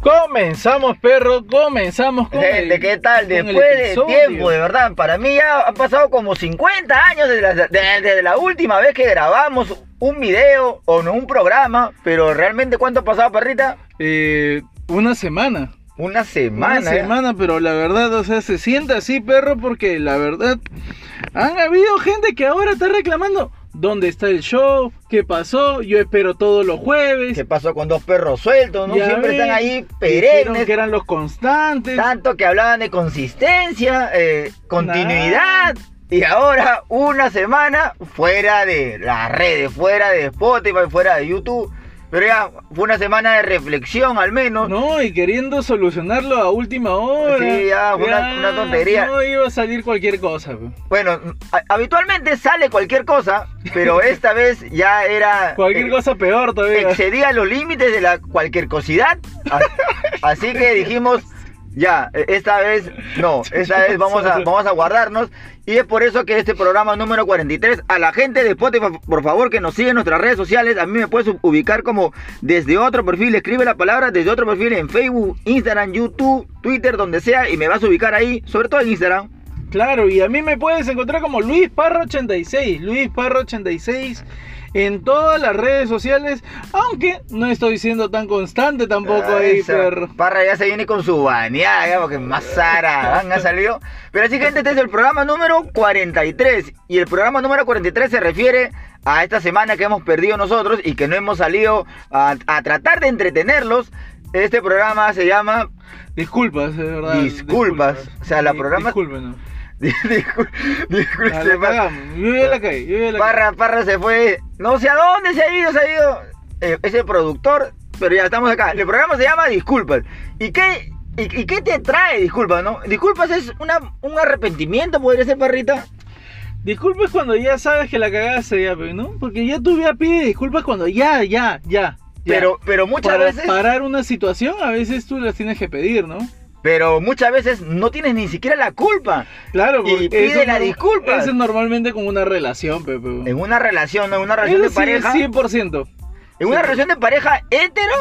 Comenzamos, perro, comenzamos con Gente, el- Eh, ¿qué tal? con el Después de episodio. tiempo, eh. de verdad, para mí ya han pasado como 50 años desde la, de- desde la última vez que grabamos un video o no un programa, pero realmente ¿cuánto ha pasado, perrita? Eh, una semana. Una semana. Una ¿eh? semana, pero la verdad, o sea, se siente así, perro, porque la verdad, han habido gente que ahora está reclamando. ¿Dónde está el show? ¿Qué pasó? Yo espero todos los jueves. ¿Qué pasó con dos perros sueltos? ¿no? Ya Siempre ves, están ahí dijeron perennes. Ah, que eran los constantes. Tanto que hablaban de consistencia, eh, continuidad. Y ahora una semana fuera de las redes, fuera de Spotify, fuera de YouTube. Pero ya fue una semana de reflexión al menos. No, y queriendo solucionarlo a última hora. Sí, ya, fue una- una tontería. No iba a salir cualquier cosa. pe. Bueno, a- habitualmente sale cualquier cosa, pero esta vez ya era... Cualquier eh, cosa peor todavía. Excedía los límites de la cualquier cosidad. A- Así que dijimos, ya, eh, esta vez no, esta vez vamos a, vamos a guardarnos. Y es por eso que este programa número 43, a la gente de Spotify, por favor, que nos sigue en nuestras redes sociales, a mí me puedes ubicar como desde otro perfil, escribe la palabra desde otro perfil en Facebook, Instagram, YouTube, Twitter, donde sea, y me vas a ubicar ahí, sobre todo en Instagram. Claro, y a mí me puedes encontrar como Luis Parra 86, Luis Parra 86 en todas las redes sociales, aunque no estoy siendo tan constante tampoco Ah, ahí, esa perro. Parra ya se viene con su baneada, ya, porque más Sara han- ha salido. Pero así, gente, este es el programa número 43. Y el programa número 43 se refiere a esta semana que hemos perdido nosotros y que no hemos salido a, a tratar de entretenerlos. Este programa se llama Disculpas, de verdad. Disculpas. O sea, la Di- programa- Discúlpenos. Discul- disculpe, Ah, la Parra. cagamos. Yo ya la caí, yo ya la caí. Parra, Parra se fue. No sé a dónde se ha ido, se ha ido. eh, ese productor, pero ya estamos acá. El programa se llama Disculpas. ¿Y qué, y, y qué te trae Disculpas, no? Disculpas es una, un arrepentimiento, podría ser, Parrita. Disculpas cuando ya sabes que la cagaste ya, pe, ¿no? Porque ya tu vida pide disculpas cuando ya, ya, ya. ya. Pero, pero muchas Para veces. parar una situación, a veces tú las tienes que pedir, ¿no? Pero muchas veces no tienes ni siquiera la culpa. Claro, Y porque pide eso las no- disculpas. Eso es normalmente con una relación, Pepe. En una relación, ¿no? en una relación Eso de sí es pareja. 100%. En una relación de pareja hetero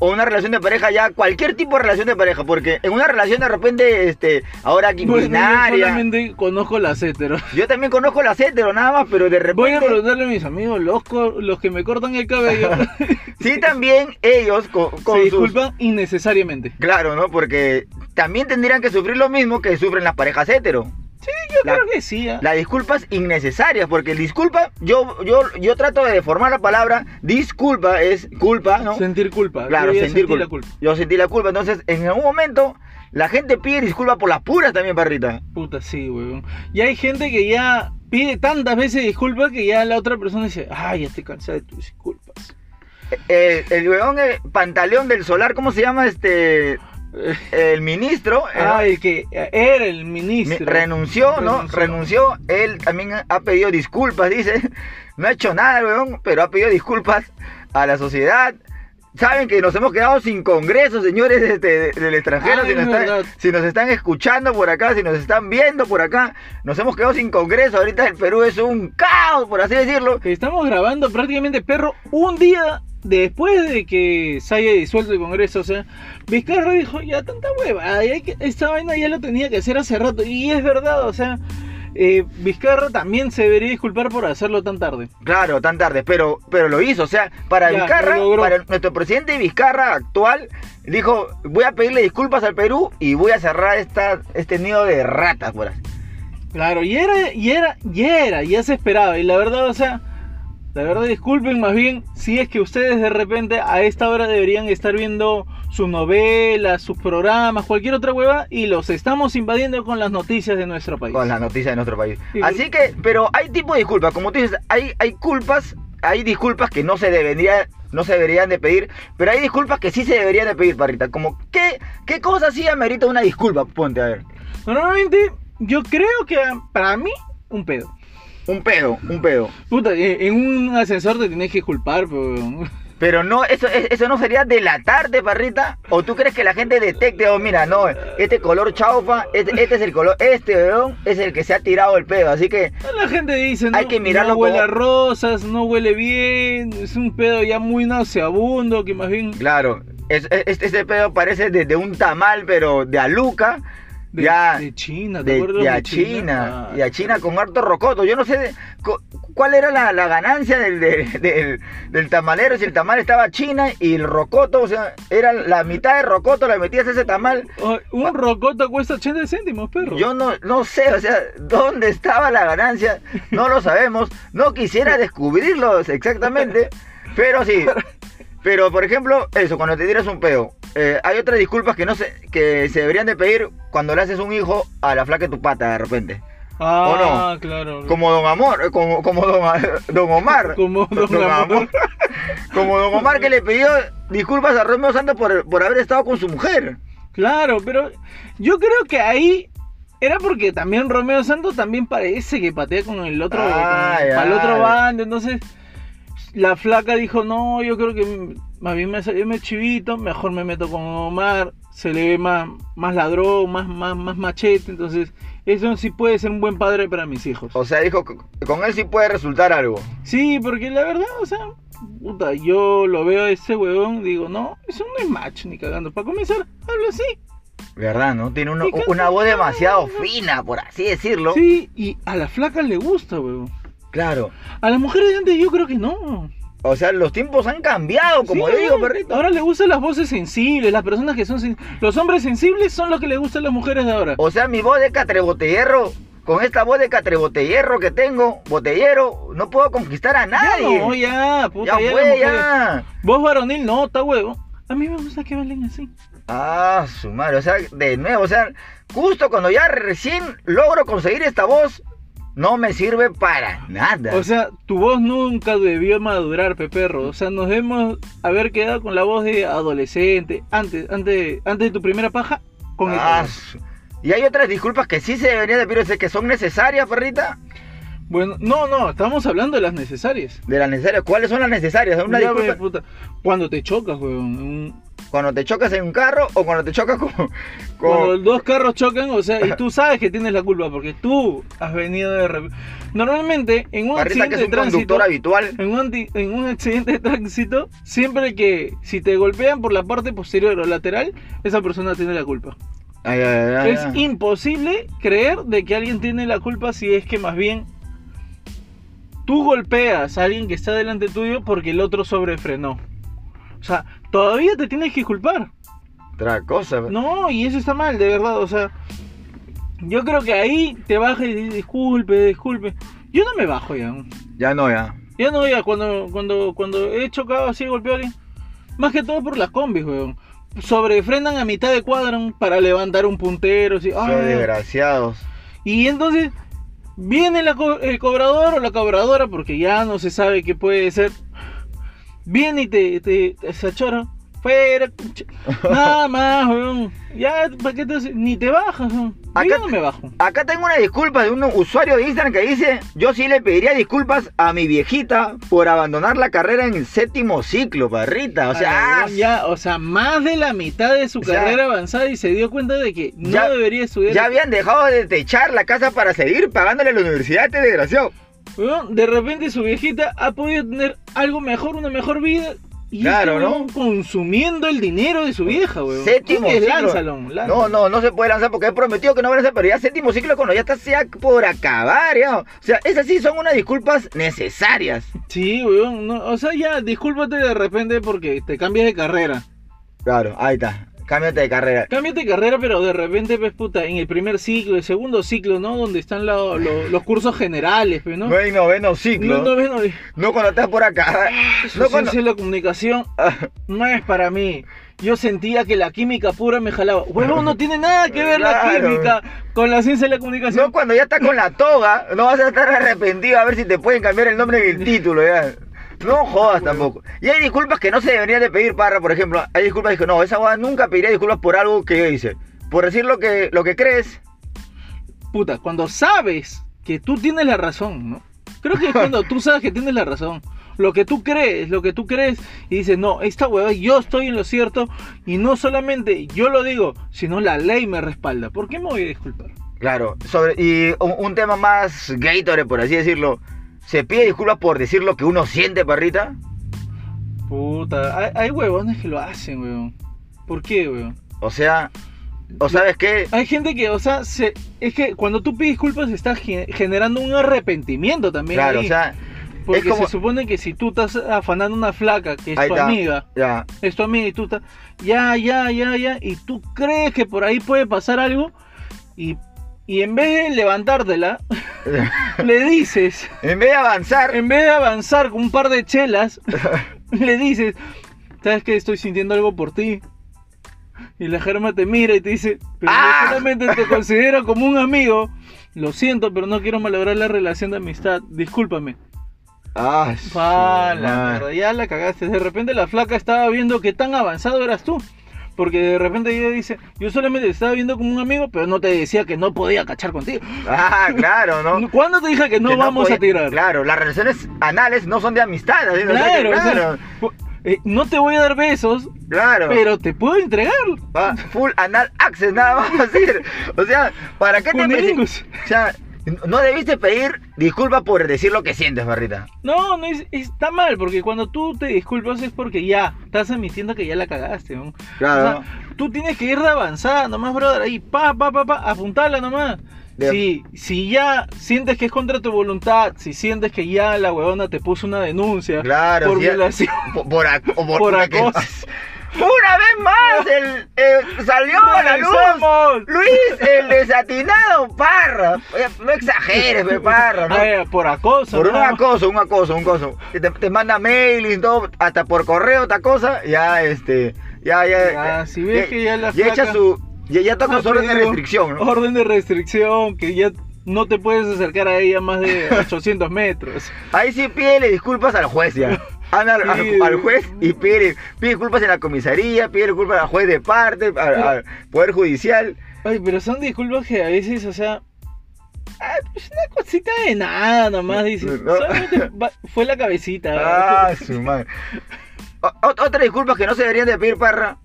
o una relación de pareja ya, cualquier tipo de relación de pareja, porque en una relación de repente, este, ahora aquí Bueno, yo binaria. solamente conozco las heteros. Yo también conozco las hetero, nada más, pero de Voy a repente. preguntarle a mis amigos, los, co- los que me cortan el cabello, Sí, también ellos con, con se sus. disculpan innecesariamente. Claro, ¿no? Porque también tendrían que sufrir lo mismo que sufren las parejas hetero. Yo La- creo que sí, ¿ah? Las disculpas innecesarias, porque disculpa, yo, yo, yo trato de deformar la palabra disculpa, es culpa, ¿no? sentir culpa. Claro, Yo ya sentir sentí culpa. la culpa. Yo sentí la culpa, entonces en algún momento la gente pide disculpas por las puras también, parrita. Puta, sí, weón. Y hay gente que ya pide tantas veces disculpas que ya la otra persona dice, ay, ya estoy cansada de tus disculpas. Eh, el weón eh, Pantaleón del Solar, ¿cómo se llama este? El ministro. ¿eh? era- Ah, el que era el Mi- ministro. renunció, ¿no? Renunció. Renunció. Él también ha pedido disculpas, dice. No ha hecho nada, weón, pero ha pedido disculpas a la sociedad. Saben que nos hemos quedado sin congreso, señores este, del extranjero. Ah, si, es nos están- verdad. si nos están escuchando por acá, si nos están viendo por acá, nos hemos quedado sin congreso. Ahorita el Perú es un caos, por así decirlo. Estamos grabando prácticamente, perro, un día después de que se haya disuelto el Congreso. O sea, Vizcarra dijo, ya tanta hueva, ya hay que- esta vaina ya lo tenía que hacer hace rato. Y es verdad, o sea, eh, Vizcarra también se debería disculpar por hacerlo tan tarde. Claro, tan tarde, pero, pero lo hizo. O sea, para Ya, lo Vizcarra, logró. para nuestro presidente Vizcarra actual, dijo, voy a pedirle disculpas al Perú y voy a cerrar esta, este nido de ratas, por así. Claro, y era, y era, y era, ya se esperaba. Y la verdad, o sea, la verdad, disculpen más bien si es que ustedes de repente a esta hora deberían estar viendo sus novelas, sus programas, cualquier otra hueva, y los estamos invadiendo con las noticias de nuestro país. con las noticias de nuestro país. Sí. Así que, pero hay tipo de disculpas, como tú dices, hay, hay culpas, hay disculpas que no se debería, no se deberían de pedir, pero hay disculpas que sí se deberían de pedir, parrita. Como qué, qué cosa sí amerita una disculpa, ponte a ver. Normalmente, yo creo que para mí, un pedo. Un pedo, un pedo. Puta, eh, en un ascensor te tienes que culpar, pero. Pero no, eso, es- eso no sería delatarte, parrita. ¿O tú crees que la gente detecte, oh, mira, no, este color chaufa, este, este es el color, este, weón, es el que se ha tirado el pedo. Así que, La gente dice, no, Hay que mirarlo no huele como- a rosas, no huele bien, es un pedo ya muy nauseabundo, que más bien claro, es- es- este pedo parece de, de un tamal, pero de aluca. De, ya, de China, ¿te de, acuerdas y de a China, Ah, y a China con harto rocoto. Yo no sé de- cu- cuál era la, la ganancia del, de- del- del tamalero, si el tamal estaba China y el rocoto, o sea, era la mitad de rocoto, la metías a ese tamal. Ay, un rocoto cuesta 80 céntimos, perro. Yo no, no sé, o sea, dónde estaba la ganancia, no lo sabemos, no quisiera descubrirlos exactamente, pero sí. Pero, por ejemplo, eso, cuando te tiras un peo. eh, hay otras disculpas que no se, que se deberían de pedir cuando le haces un hijo a la flaca de tu pata de repente. ah, claro. Como Don Amor, eh, como, como don, don Omar. Como Don Amor. Como Don Omar que le pidió disculpas a Romeo Santos por, por haber estado con su mujer. Claro, pero yo creo que ahí era porque también Romeo Santos también parece que patea con el otro, Ah, con- ya. para el otro bando, entonces la flaca dijo, no, yo creo que más bien me salió más chivito, mejor me meto con Omar, se le ve más, más ladrón, más, más, más machete, entonces eso sí puede ser un buen padre para mis hijos. O sea, dijo, con él sí puede resultar algo. Sí, porque la verdad, o sea, puta, yo lo veo a ese huevón, digo, no, eso no es macho ni cagando, para comenzar, hablo así. ¿Verdad, no? Tiene uno- Sí, canta- una voz demasiado fina, por así decirlo. Sí, y a las flacas le gusta, huevón. Claro. A las mujeres de antes yo creo que no. O sea, los tiempos han cambiado, como Sí, yo digo, perrito. Ahora le gustan las voces sensibles, las personas que son sen- Los hombres sensibles son los que le gustan a las mujeres de ahora. O sea, mi voz de catrebotellero, con esta voz de catrebotellero que tengo, botellero, no puedo conquistar a ya nadie. no, ya, puta, ya ya, fue, las mujeres. ya. Vos varonil, no, está huevo. A mí me gusta que valen así. Ah, su madre, o sea, de nuevo, o sea, justo cuando ya recién logro conseguir esta voz, no me sirve para nada. O sea, tu voz nunca debió madurar, peperro. O sea, nos debemos haber quedado con la voz de adolescente. Antes, antes, antes de tu primera paja, con Ah, el... su- Y hay otras disculpas que sí se deberían de pedir, o sea, que son necesarias, perrita. Bueno, no, no, estamos hablando de las necesarias. De las necesarias, ¿cuáles son las necesarias? Una Ya, disculpa pues, puta. Cuando te chocas, weón. un- cuando te chocas en un carro o cuando te chocas con. con- Cuando los dos carros chocan, o sea, y tú sabes que tienes la culpa porque tú has venido de rep- Normalmente, en un Parrita, accidente que es de un tránsito. conductor habitual. En un, anti- en un accidente de tránsito, siempre que si te golpean por la parte posterior o lateral, esa persona tiene la culpa. Ay, ay, ay, Es ay. imposible creer de que alguien tiene la culpa si es que más bien tú golpeas a alguien que está delante tuyo porque el otro sobrefrenó. O sea, todavía te tienes que culpar. Otra cosa. pues. No, y eso está mal, de verdad. O sea, yo creo que ahí te bajas y dices, disculpe, disculpe. Yo no me bajo ya. Ya no, ya. Yo no, ya, cuando, cuando, cuando he chocado así, golpeado a alguien, más que todo por las combis, weón. Sobrefrenan a mitad de cuadro para levantar un puntero. Así, Son "Ay, desgraciados. y entonces viene la co- el cobrador o la cobradora, porque ya no se sabe qué puede ser. Viene y te, te, te se achora. Fuera, concha. nada más, weón. Ya, ¿para qué te haces? Ni te bajas, weón. Yo Acá ya te- no me bajo. Acá tengo una disculpa de un usuario de Instagram que dice: Yo sí le pediría disculpas a mi viejita por abandonar la carrera en el séptimo ciclo, barrita. O sea, Ah, weón, ya, o sea, más de la mitad de su O sea, carrera avanzada y se dio cuenta de que no ya- debería estudiar. ya habían dejado de techar la casa para seguir pagándole la universidad, este desgraciado. Weón, de repente su viejita ha podido tener algo mejor, una mejor vida. Y Claro, este ¿no? weón consumiendo el dinero de su vieja, weón. Séptimo Creo que ciclo. lánzalo, lánzalo. No, no, no se puede lanzar porque he prometido que no va a lanzar, pero ya séptimo ciclo cuando ya está sea por acabar, ya. O sea, esas sí son unas disculpas necesarias. Sí, weón. no, o sea, ya, discúlpate de repente porque te cambias de carrera. Claro, ahí está. Cámbiate de carrera. Cámbiate de carrera, pero de repente, pues, puta, en el primer ciclo, el segundo ciclo, ¿no? Donde están la- lo- los cursos generales, pues, ¿no? No hay noveno ciclo. No, No, no, Ah, no, no. cuando estás por acá. Su No cuando... ciencia y la comunicación no es para mí. Yo sentía que la química pura me jalaba. Huevón, no tiene nada que ver la Claro. química con la ciencia y la comunicación. no cuando ya estás con la toga. No vas a estar arrepentido a ver si te pueden cambiar el nombre en el título, ya. No jodas tampoco. Y hay disculpas que no se deberían de pedir, Parra, por ejemplo. Hay disculpas que dijo, no, esa boda nunca pediría disculpas por algo que yo hice. Por decir lo que, lo que crees. puta, cuando sabes que tú tienes la razón, ¿no? Creo que es cuando tú sabes que tienes la razón. Lo que tú crees, lo que tú crees, y dices, no, esta huevada, yo estoy en lo cierto, y no solamente yo lo digo, sino la ley me respalda. ¿Por qué me voy a disculpar? Claro, sobre, y un, un tema más Gatorade, por así decirlo. ¿Se pide disculpas por decir lo que uno siente, perrita? Puta, hay, hay huevones que lo hacen, huevón. ¿Por qué, weón? O sea, o sabes qué, Hay gente que, o sea, se, es que cuando tú pides disculpas estás ge- generando un arrepentimiento también. claro, o ahí. sea, porque es como- se supone que si tú estás afanando una flaca que es Ahí tu está. amiga, ya, es tu amiga y tú estás, ya, ya, ya, ya, y tú crees que por ahí puede pasar algo y, y en vez de levantártela, le dices, en vez de avanzar, en vez de avanzar con un par de chelas, le dices, ¿sabes que estoy sintiendo algo por ti? Y la germa te mira y te dice, pero yo ¡Ah! solamente te considero como un amigo. Lo siento, pero no quiero malograr la relación de amistad. Discúlpame. ah, Pa, su la madre. mierda, ya la cagaste. De repente la flaca estaba viendo qué tan avanzado eras tú. Porque de repente ella dice, yo solamente te estaba viendo como un amigo, pero no te decía que no podía cachar contigo. ah, claro, ¿no? ¿Cuándo te dije que no Que vamos podía- a tirar? Claro, las relaciones anales no son de amistad, así, o sea que, Claro, o sea, claro, pu- eh, no te voy a dar besos, claro. pero te puedo entregar. Ah, full anal access, nada más decir. O sea, ¿para qué te Cunilingus. O sea, no debiste pedir disculpas por decir lo que sientes, Barrita. No, no es- está mal, porque cuando tú te disculpas es porque ya estás admitiendo que ya la cagaste. ¿no? O sea, tú tienes que ir de avanzada nomás, brother. Ahí, pa, pa, pa, pa, apuntala nomás. Bien. Si, si ya sientes que es contra tu voluntad, si sientes que ya la huevona te puso una denuncia Claro, por si ya- violación. Por, por, ac- o por- Por una que- acoso. Una vez más, el, eh, salió a la luz. ¡Regresamos! Luis, el desatinado Parra. Oye, No exageres, pe, Parra. ¿no? Ah, eh, por acoso. Por un nada más. acoso, un acoso, un acoso. Y Te, te manda mail y todo, hasta por correo, otra cosa. Ya, este. Ya, ya. Ya, si ves que ya la echa flaca- su. Ya, ya toca Ah, su orden de pero- restricción, ¿no? Orden de restricción, que ya no te puedes acercar a ella más de 800 metros. Ahí sí pídele disculpas al juez ya. Anda al, al- Sí. al juez y pide, pide disculpas en la comisaría, pide disculpas al juez de parte, al, al Poder Judicial. Ay, pero son disculpas que a veces, o sea... ah, pues una cosita de nada nomás, dices. No. Solamente va- fue la cabecita. Ah, su madre. O- ot- Otras disculpas que no se deberían de pedir, parra.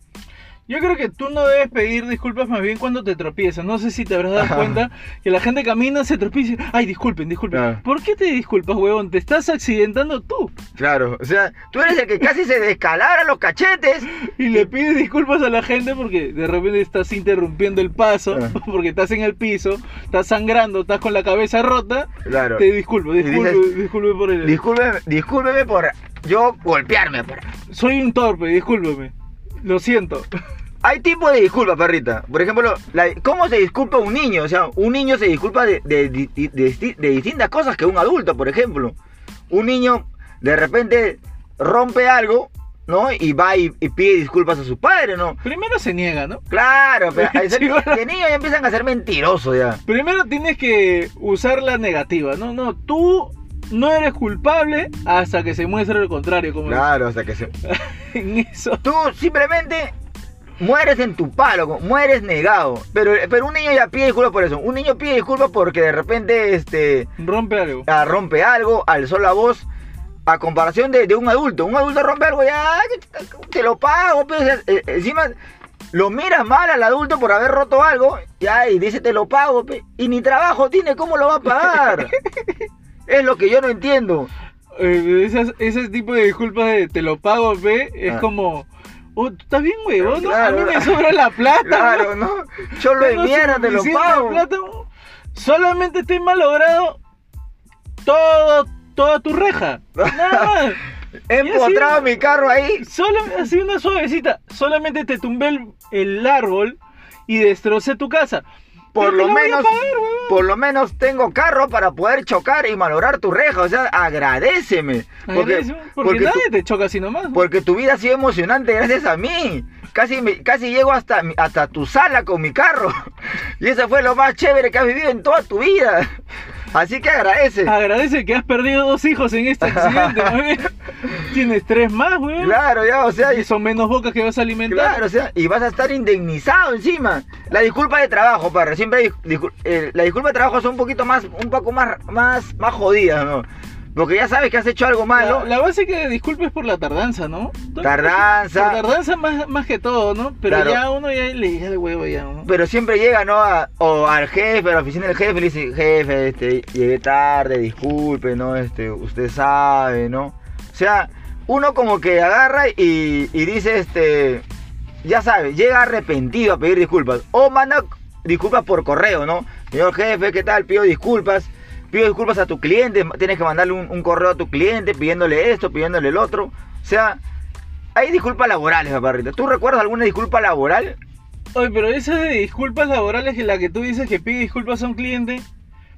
Yo creo que tú no debes pedir disculpas más bien cuando te tropiezas. No sé si te habrás dado cuenta que la gente camina, se tropieza y dice, ay, disculpen, disculpen. Claro. ¿Por qué te disculpas, huevón? Te estás accidentando tú. Claro, o sea, tú eres el que casi se descalabra los cachetes. Y le pides disculpas a la gente porque de repente estás interrumpiendo el paso, Ah. porque estás en el piso, estás sangrando, estás con la cabeza rota. Claro. Te disculpo, Y disculpe, dices- disculpe por el... Discúlpeme, discúlpeme por yo golpearme, parra. Soy un torpe, discúlpeme. Lo siento. Hay tipos de disculpas, perrita. Por ejemplo, la- ¿cómo se disculpa un niño? O sea, un niño se disculpa de, de- de- de disti- de distintas cosas que un adulto, por ejemplo. Un niño de repente rompe algo, ¿no? Y va y, y pide disculpas a su padre, ¿no? Primero se niega, ¿no? Claro, pero ahí se- Sí, bueno. de niños ya empiezan a ser mentirosos ya. Primero tienes que usar la negativa, ¿no? No, tú no eres culpable hasta que se muestre lo contrario, como Claro, o sea que se... en eso. Tú simplemente mueres en tu palo, como- mueres negado. Pero, pero un niño ya pide disculpas por eso. Un niño pide disculpas porque de repente, este... Rompe algo. ah, rompe algo, alzó la voz. A comparación de, de un adulto, un adulto rompe algo, ya te lo pago, pues, eh, encima lo miras mal al adulto por haber roto algo, ya y dice te lo pago, pe, y ni trabajo tiene, ¿cómo lo va a pagar? es lo que yo no entiendo. Eh, esas, ese tipo de disculpas de te lo pago, ve, es Ah. como, oh, tú estás bien, huevón, ¿no? Claro, a mí me claro. sobra la plata. Claro, ¿no? ¿no? Yo lo de Tengo mierda, te lo suficiente pago. plata, ¿no? solamente te he malogrado todo, toda tu reja. Nada más. He Ya empotrado sí. mi carro ahí. Solo, así una suavecita. Solamente te tumbé el, el árbol y destrocé tu casa. Por Pero te lo voy a menos, pagar, huevón. por lo menos tengo carro para poder chocar y malograr tu reja. O sea, agradeceme. Porque, Agradezco, Porque, porque tu- nadie te choca así nomás. Porque tu vida ha sido emocionante gracias a mí. Casi, me- casi llego hasta, mi- hasta tu sala con mi carro. Y eso fue lo más chévere que has vivido en toda tu vida. Así que agradece. Agradece que has perdido dos hijos en este accidente, más bien. Tienes tres más, weón. Claro, ya, o sea, Y y, son menos bocas que vas a alimentar. claro, o sea, y vas a estar indemnizado encima. La disculpa de trabajo, parra, siempre hay discul- eh, la disculpa de trabajo son un poquito más, un poco más, más, más jodidas, ¿no? Porque ya sabes que has hecho algo malo. La, la base que disculpes por la tardanza, ¿no? Tardanza. Por tardanza más, más que todo, ¿no? Pero Claro. ya uno ya le llega el huevo ya, ¿no? Pero siempre llega, ¿no? A- o al jefe, a la oficina del jefe, le dice, jefe, este, llegué tarde, disculpe, ¿no? Este, usted sabe, ¿no? O sea, uno como que agarra y, y dice, este, ya sabes, llega arrepentido a pedir disculpas. O manda disculpas por correo, ¿no? Señor jefe, ¿qué tal? Pido disculpas. Pido disculpas a tu cliente. Tienes que mandarle un, un correo a tu cliente pidiéndole esto, pidiéndole el otro. O sea, hay disculpas laborales, paparrita. ¿Tú recuerdas alguna disculpa laboral? Oye, pero esa de disculpas laborales, la que tú dices que pide disculpas a un cliente,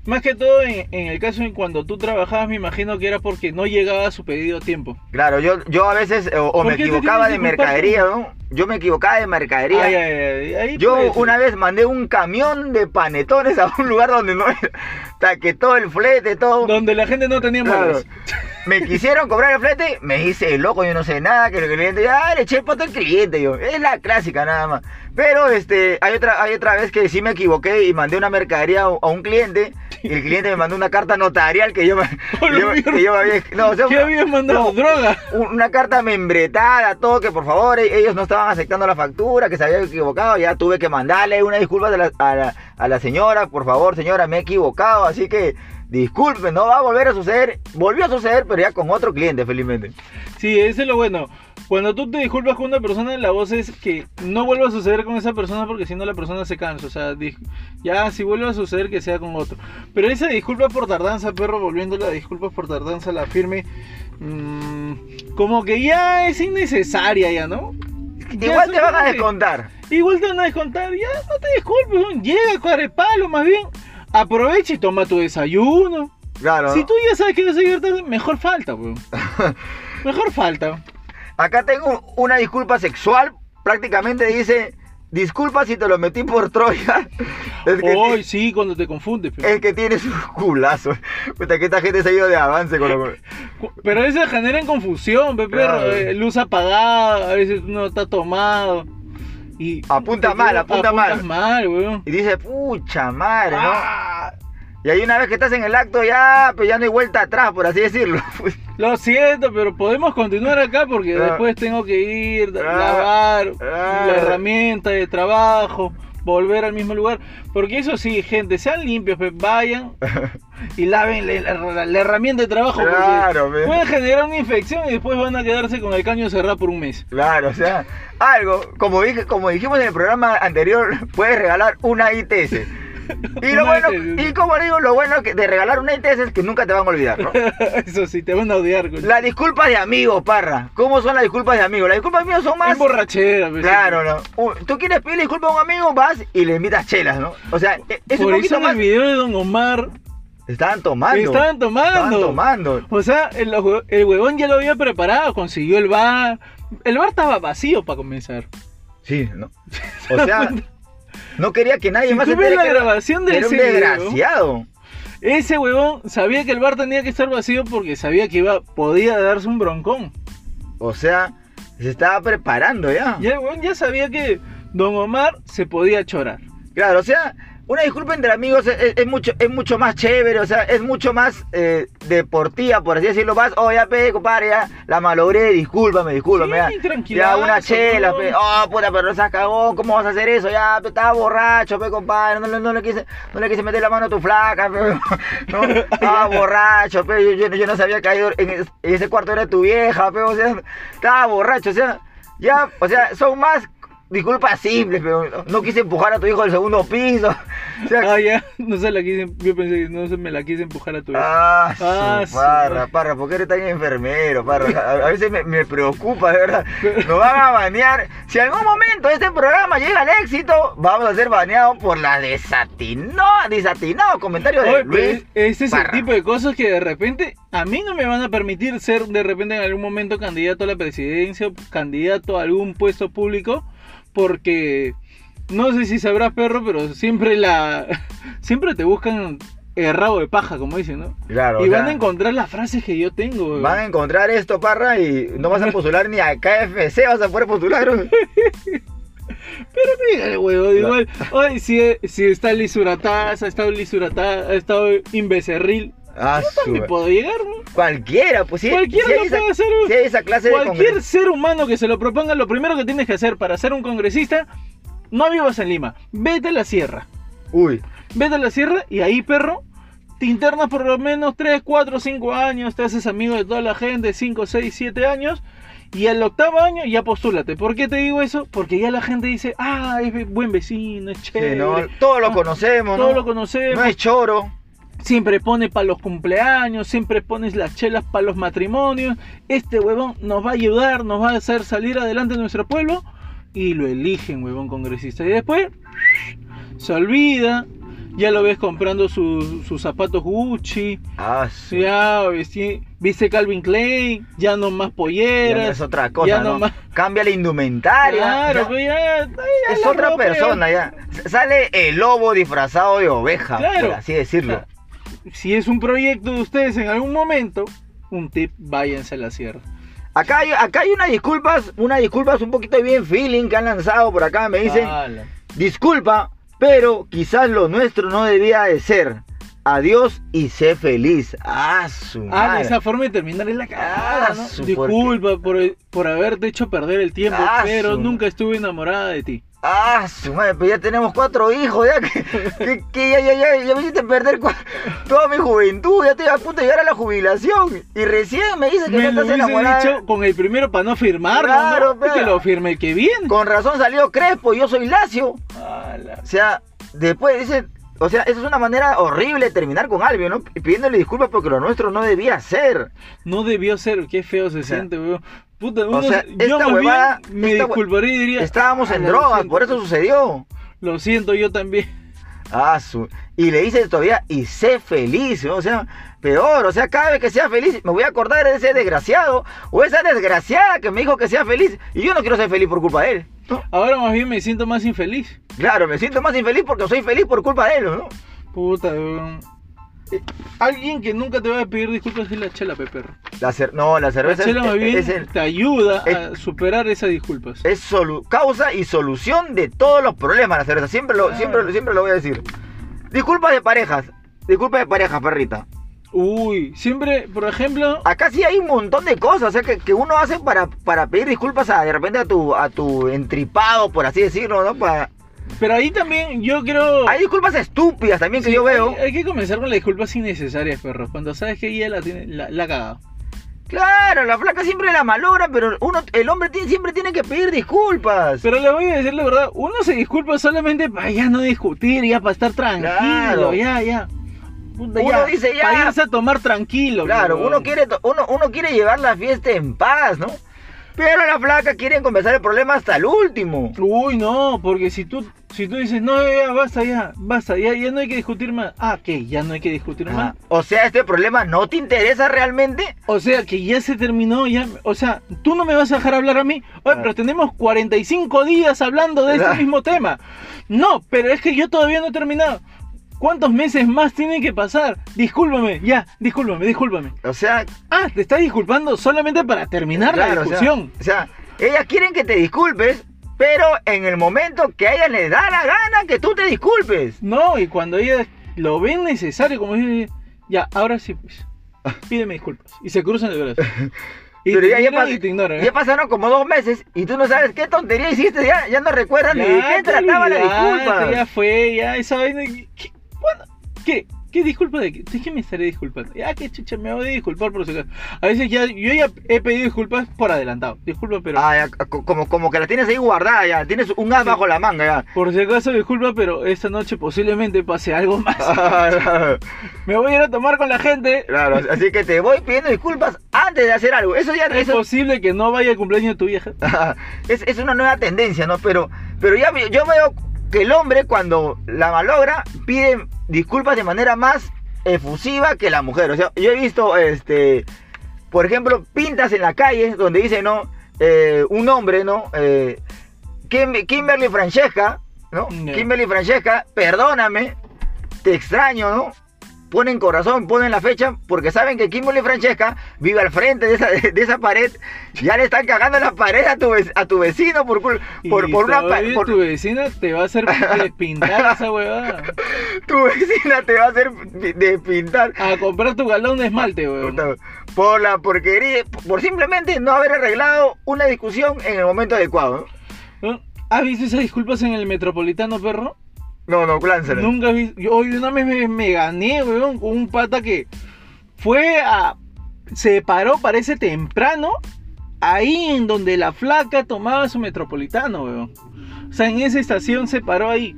más que todo en, en el caso en cuando tú trabajabas, me imagino que era porque no llegaba a su pedido a tiempo. Claro, yo, yo a veces eh, o, o ¿Por me qué te equivocaba tienes de que culpar? mercadería, ¿no? Yo me equivocaba de mercadería. Ay, pues. ay, ay, ahí puede Yo ser. una vez mandé un camión de panetones a un lugar donde no era, hasta que todo el flete, todo... Donde la gente no tenía Claro. manos. Me quisieron cobrar el flete, me hice el loco, yo no sé nada, que el cliente, ah, le eché el pato al cliente, yo, es la clásica nada más. Pero este, hay otra, hay otra vez que sí me equivoqué y mandé una mercadería a, a un cliente, y el cliente me mandó una carta notarial que yo me, ¡A la yo me- que yo me había, no, o sea, ¿Qué habías mandado? no, ¿Droga? un- una carta membretada, todo que por favor e- ellos no estaban aceptando la factura, que se había equivocado, ya tuve que mandarle una disculpa de la- a, la, a la señora, por favor señora, me he equivocado, así que disculpen, no va a volver a suceder, volvió a suceder, pero ya con otro cliente, felizmente. Sí, ese es lo bueno. Cuando tú te disculpas con una persona, la voz es que no vuelva a suceder con esa persona porque si no la persona se cansa. O sea, di- ya si vuelve a suceder que sea con otro. Pero esa disculpa por tardanza, perro, volviendo a la disculpa por tardanza, la firme, mm, como que ya es innecesaria ya, ¿no? Ya Igual son te van a como que- descontar. Igual te van a descontar, ya no te disculpes, weón. llega, corre palo, más bien aprovecha y toma tu desayuno. Claro. Si tú ya sabes que vas a llegar tarde, mejor falta, weón. Mejor falta. Acá tengo una disculpa sexual, prácticamente dice, disculpa si te lo metí por Troya. Es que, Eh, Hoy sí, cuando te confundes. pe. es que tienes un culazo. Puta, que esta gente se ha ido de avance con lo... Cu- Pero a veces generan confusión, pe, perro. Claro. Eh, Luz apagada, a veces uno está tomado. Y Apunta mal, apunta mal. apuntas mal, weón. Y dice, pucha madre, ¿no? Ah, Y ahí una vez que estás en el acto ya, pues ya no hay vuelta atrás, por así decirlo. Pues, Lo siento, pero podemos continuar acá porque Ah. después tengo que ir, da- Ah. lavar Ah. la herramienta de trabajo, volver al mismo lugar. Porque eso sí, gente, sean limpios, pues, vayan y laven la, la- la herramienta de trabajo. porque Claro, pe. pueden generar una infección y después van a quedarse con el caño cerrado por un mes. Claro, o sea, algo, como dije, como dijimos en el programa anterior, puedes regalar una ITS. Y Una lo bueno, ITS. y como digo, lo bueno que- de regalar una ITS es que nunca te van a olvidar, ¿no? eso sí, te van a odiar. Con... Las disculpas de amigos, parra. ¿Cómo son las disculpas de amigos? Las disculpas de amigos son más. Es borrachera, pues, Claro, ¿no? Un- Tú quieres pedirle disculpas a un amigo, vas y le invitas chelas, ¿no? O sea, e- es un Por eso poquito en más. el video de Don Omar Estaban tomando. estaban tomando. Estaban tomando. O sea, el, hue- el huevón ya lo había preparado, consiguió el bar. El bar estaba vacío para comenzar. Sí, no. O sea, no quería que nadie Si más tú se ves entere la que era- grabación de era un ese video, desgraciado. Ese huevón sabía que el bar tenía que estar vacío porque sabía que iba, podía darse un broncón. O sea, se estaba preparando ya. Y el huevón ya sabía que Don Omar se podía chorar. Claro, o sea, una disculpa entre amigos es, es- es mucho, es mucho más chévere, o sea, es mucho más eh, deportiva, por así decirlo. Vas, oh, ya, pe, compadre, ya, la malogré, discúlpame, discúlpame. Sí, ya. tranquilazo, Ya, una chela, ¿no? pe. Oh, puta, pero no seas cagón, ¿cómo vas a hacer eso? Ya, pe, estaba borracho, pe, compadre, no, le- no le quise, no le quise meter la mano a tu flaca, pe. No, estaba borracho, pe, yo, yo- yo no sabía que ahí en, es- en ese cuarto era tu vieja, pe, o sea, estaba borracho, o sea, ya, o sea, son más disculpas simples, pero no, no quise empujar a tu hijo del segundo piso, o sea, Ah, ya, no se la quise, yo pensé que no se me la quise empujar a tu vez. Ah, su pues. Ah, su- parra, parra, ¿por qué eres tan enfermero, parra? A, a veces me, me preocupa, de verdad. Nos van a banear. Si algún momento este programa llega al éxito, vamos a ser baneados por la desatinada, desatinado comentario de Oye, pero Luis. ese es el Parra. tipo de cosas que de repente a mí no me van a permitir ser de repente en algún momento candidato a la presidencia o candidato a algún puesto público porque no sé si sabrás perro pero siempre la siempre te buscan el rabo de paja como dicen no Claro, y o sea, van a encontrar las frases que yo tengo van a encontrar esto, parra, y no vas a postular ni a KFC, vas a poder postular. Mira, huevón, igual oye, si, si está Lisuratá, ha estado Lisuratá, ha estado Imbecerril Ah, también su- puedo llegar no Cualquiera, pues sí. Cualquiera sí hay lo esa- puede hacer, sí hay esa clase de Cualquier congres- ser humano que se lo proponga, lo primero que tienes que hacer para ser un congresista, no vivas en Lima, vete a la sierra. Uy, Vete a la sierra y ahí, perro, te internas por lo menos 3, 4, 5 años, te haces amigo de toda la gente, 5, 6, 7 años, Y al octavo año ya postúlate. ¿Por qué te digo eso? Porque ya la gente dice, ah, es ve- buen vecino, es Sí, chévere. ¿no? Todos lo Ah, conocemos, Todos ¿no? lo conocemos. No es choro. Siempre pone para los cumpleaños, siempre pones las chelas para los matrimonios. Este huevón nos va a ayudar, nos va a hacer salir adelante en nuestro pueblo. Y lo eligen, huevón congresista. Y después se olvida. Ya lo ves comprando sus- sus zapatos Gucci. Ah, sí. Ya, viste, viste Calvin Klein. Ya no más Ya no polleras. es otra cosa, ya ¿no? nomás- Cambia la indumentaria. Claro, ya- pues ya, ya Es la otra ropa, persona ya. S- Sale el lobo disfrazado de oveja, Claro. por así decirlo. Claro. Si es un proyecto de ustedes en algún momento, un tip, váyanse a la sierra. Acá hay, acá hay unas disculpas, unas disculpas un poquito bien feeling que han lanzado por acá. Me dicen, Ala. disculpa, pero quizás lo nuestro no debía de ser. Adiós y sé feliz. Ah, su Ah, de madre. esa forma de terminar en la cagada, Ah, ¿no? su- Disculpa por, por haberte hecho perder el tiempo, Ah, pero su- nunca estuve enamorada de ti. Ah, su madre, pues ya tenemos cuatro hijos, ya que, que- que ya, ya, ya, ya me hiciste perder cua- toda mi juventud, ya estoy a punto de llegar a la jubilación. Y recién me dices que Me no lo estás hubiesen enamorada. dicho con el primero para no firmarlo, Claro, ¿no? pero- Que lo firme el que viene. Con razón salió Crespo, yo soy Lacio. O Ala. sea, después dice, o sea, esa es una manera horrible de terminar con Albio, ¿no? Y Pidiéndole disculpas porque lo nuestro no debía ser. No debió ser, qué feo se sea, siente, weón. Puta, o uno- sea, yo esta más huevada- bien me esta hue- disculparía y diría. "Ah, Estábamos en "Ala, lo drogas, siento". por eso sucedió. Lo siento, yo también. Ah, su... Y le dice todavía, y sé feliz, ¿no? o sea, peor, o sea, cada vez que sea feliz, me voy a acordar de ese desgraciado o esa desgraciada que me dijo que sea feliz y yo no quiero ser feliz por culpa de él. ¿no? Ahora más bien me siento más infeliz. Claro, me siento más infeliz porque soy feliz por culpa de él, ¿no? Puta, weón. Eh, Alguien que nunca te va a pedir disculpas es la chela, Peper. La cer- No, la La cerveza chela más bien es, es el- te ayuda a es- superar esas disculpas. es solu- causa y solución de todos los problemas, la cerveza. Siempre lo, Claro. siempre, siempre lo voy a decir. Disculpas de parejas. Disculpas de parejas, perrita. Uy, siempre, por ejemplo, Acá sí hay un montón de cosas, o sea, que, que uno hace para, para pedir disculpas a, de repente a tu, a tu entripado, por así decirlo, ¿no? Pa- pero ahí también yo creo... Hay disculpas estúpidas también que Sí, yo veo. Hay, hay que comenzar con las disculpas innecesarias, perro. Cuando sabes que ella la tiene, la, la caga. Claro, la flaca siempre la malogra, pero uno, el hombre tiene- siempre tiene que pedir disculpas. Pero le voy a decir la verdad, uno se disculpa solamente para ya no discutir, ya para estar tranquilo, Claro. ya, ya. Puta, Uno dice, ya. Para irse a tomar tranquilo. claro, weón. uno quiere, to- uno, uno quiere llevar la fiesta en paz, ¿no? Pero la flaca quiere comenzar el problema hasta el último. Uy, no, porque si tú, si tú dices, no, ya, basta, ya, basta, ya, ya no hay que discutir más. Ah, ¿qué? Ya no hay que discutir Ah, más. o sea, este problema no te interesa realmente. O sea, que ya se terminó, ya, o sea, tú no me vas a dejar hablar a mí. Oye, Ah. pero tenemos 45 días hablando de este Ah. mismo tema. No, pero es que yo todavía no he terminado. ¿Cuántos meses más tienen que pasar? Discúlpame, ya, discúlpame, discúlpame. O sea, Ah, te estás disculpando solamente para terminar la Claro, o sea, discusión. O sea, ellas quieren que te disculpes, pero en el momento que a ellas les da la gana que tú te disculpes. No, y cuando ellas lo ven necesario, como dice, ya, ahora sí, pues, pídeme disculpas. Y se cruzan de brazos. Y Ah. pero te ya, ya, miran pas- y te ignoran. ¿eh? ya pasaron como dos meses y tú no sabes qué tontería hiciste, ya, ya no recuerdas ni de Ya qué te trataba la olvidaste, disculpa. Ya fue, ya, esa vaina. ¿Qué? ¿Cuándo? ¿Qué? ¿Qué disculpa de qué? ¿De qué me estaré disculpando? Ya, que chucha, me voy a disculpar por si acaso. A veces ya, yo ya he pedido disculpas por adelantado. Disculpa, pero. Ah, ya, co- como, como que la tienes ahí guardada ya, tienes un as Sí. bajo la manga ya. Por si acaso, disculpa, pero esta noche posiblemente pase algo más. Ah, Me voy a ir a tomar con la gente. claro, así que te voy pidiendo disculpas antes de hacer algo. Eso ya Es eso- posible que no vaya al cumpleaños de tu vieja. Ajá. es, es una nueva tendencia, ¿no? Pero, pero ya, vi- yo veo que el hombre cuando la malogra pide disculpas de manera más efusiva que la mujer. O sea, yo he visto, este, por ejemplo, pintas en la calle donde dice, ¿no? Eh, un hombre, ¿no? Eh, Kim- Kimberly Francesca, ¿no? Ya. Kimberly Francesca, perdóname, te extraño, ¿no? Ponen corazón, ponen la fecha, porque saben que Kimberly Francesca vive al frente de esa, de esa pared. Ya le están cagando la pared a tu, ve- a tu vecino por, cul- por, Y por una pa- todavía por- tu vecina te va a hacer pintar esa huevada. Tu vecina te va a hacer pi- de pintar A comprar tu galón de esmalte, huevón. puta, por la porquería, por simplemente no haber arreglado una discusión en el momento adecuado. ¿Eh? ¿Has visto esas disculpas en el Metropolitano, perro? No, no, no lánzala. Nunca vi. Yo hoy una vez me, me gané, weón, con un pata que fue a. Se paró, parece temprano, ahí en donde la flaca tomaba su metropolitano, weón. O sea, en esa estación se paró ahí.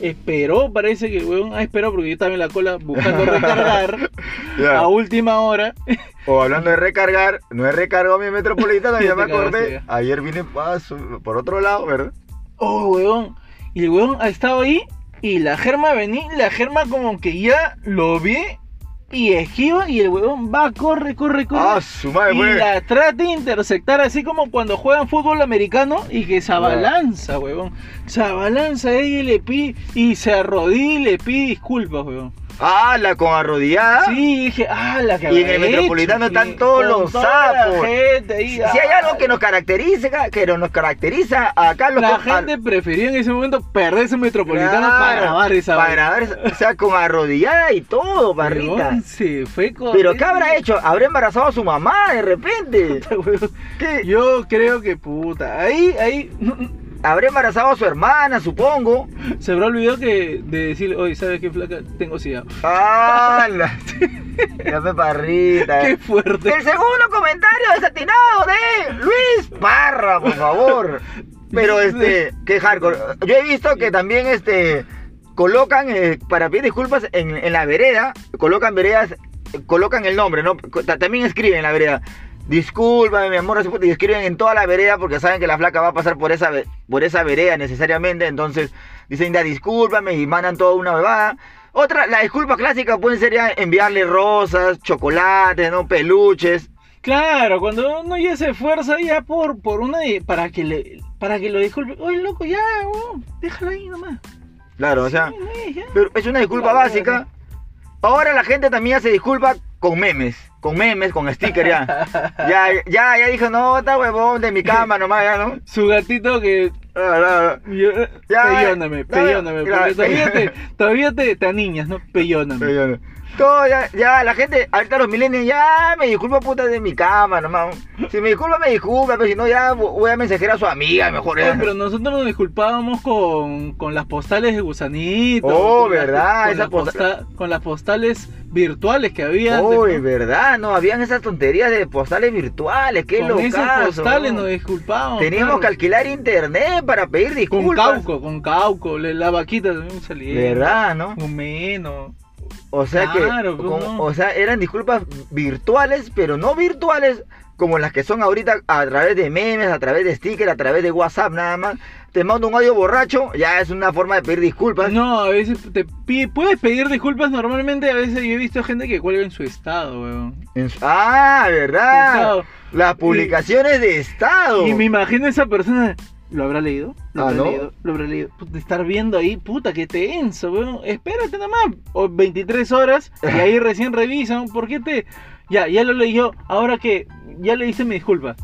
Esperó, parece que, weón, ah, esperó porque yo estaba en la cola buscando recargar Ya. a última hora. O hablando de recargar, no he recargado mi metropolitana, Ya ya me te cagaste, acordé. ya. Ayer vine pa' su- por otro lado, ¿verdad? Oh, weón. Y el weón ha estado ahí y la germa vení, la germa como que ya lo vi y esquiva y el weón va, corre, corre, corre. Ah, su madre, y fue. la trata de interceptar así como cuando juegan fútbol americano y que se abalanza, weón. Se abalanza ella y le pide y se arrodilla y le pide disculpas, weón. Ah, la con arrodillada. Sí, dije, ah, la que Y en el habrá hecho, Metropolitano sí, están todos con los toda la sapos. gente ahí, Si si hay ah, algo que nos caracteriza, que no- nos caracteriza acá los la co- gente prefería en ese momento perderse un a- metropolitano para Claro, grabar esa Para vaina. grabar esa- o sea, con arrodillada y todo, barrita. Huevón, se fue con- Pero ¿qué habrá hecho? ¿Habrá embarazado a su mamá de repente? Huevón, ¿Qué? Yo creo que puta. Ahí, ahí. ¿Habrá embarazado a su hermana, supongo? Se habrá olvidado que de decirle, oye, ¿sabes qué flaca? Tengo sida. ¡Ah! la- Ya me parrita. Qué fuerte. El segundo comentario desatinado de Luis Parra, por favor. Pero este, qué hardcore. Yo he visto que también este colocan eh, para pedir disculpas en, en la vereda, colocan veredas, eh, colocan el nombre, ¿no? Co- ta- También escriben en la vereda. Discúlpame, mi amor, no sé por qué", y escriben en toda la vereda porque saben que la flaca va a pasar por esa ve- por esa vereda necesariamente, entonces dicen ya discúlpame y mandan toda una bebada. Otra, la disculpa clásica pueden ser ya enviarle rosas, chocolates, ¿no? Peluches. Claro, cuando uno ya se esfuerza ya por, por una de- para que le para que lo disculpe. Oye, loco, ya, huevón, déjalo ahí nomás. Claro, o sea, Sí, no es, ya. pero es una disculpa Claro. básica. Ahora la gente también ya se disculpa con memes, con memes, con sticker ya. ya, ya, ya dijo, no, está huevón de mi cama nomás, ya, ¿no? Su gatito que. Ah, Yo, eh, Ya, pellóname, ya, pellóname, ya, porque ya. todavía te, todavía te, te aniñas, ¿no? no, no, Pellóname. no, no. Todo ya, ya, la gente, ahorita los millennials, ya me disculpa puta de mi cama nomás. Si me disculpa, me disculpa, pero si no, ya vo- voy a mensajear a su amiga, mejor. Oye, ya. pero nosotros nos disculpábamos con, con las postales de gusanito. Oh, con las- ¿verdad? con, Esa las posta- con las postales virtuales que había. Uy, de- verdad, no, habían esas tonterías de postales virtuales, qué con esas locazo, postales ¿no? nos disculpábamos. Teníamos que claro. alquilar internet para pedir Con disculpas. Cauco, con Cauco, le- la vaquita también salía. ¿Verdad, no? Con Meno. O sea Claro, que, ¿cómo con- no? o sea, eran disculpas virtuales, pero no virtuales como las que son ahorita a través de memes, a través de stickers, a través de WhatsApp, nada más. Te mando un audio borracho, ya es una forma de pedir disculpas. No, a veces te pi- puedes pedir disculpas normalmente, a veces yo he visto gente que cuelga en su estado, weón. En su- Ah, ¿verdad? Estado. Las publicaciones de Estado. Y me imagino esa persona. ¿Lo habrá leído? ¿Lo Ah, habrá ¿no? leído? ¿Lo habrá leído? Puta, estar viendo ahí, puta, qué tenso, weón. Espérate nada más. O 23 horas y ahí recién revisan. ¿Por qué te.? Ya, ya lo leí yo. Ahora que. Ya le hice mi disculpa.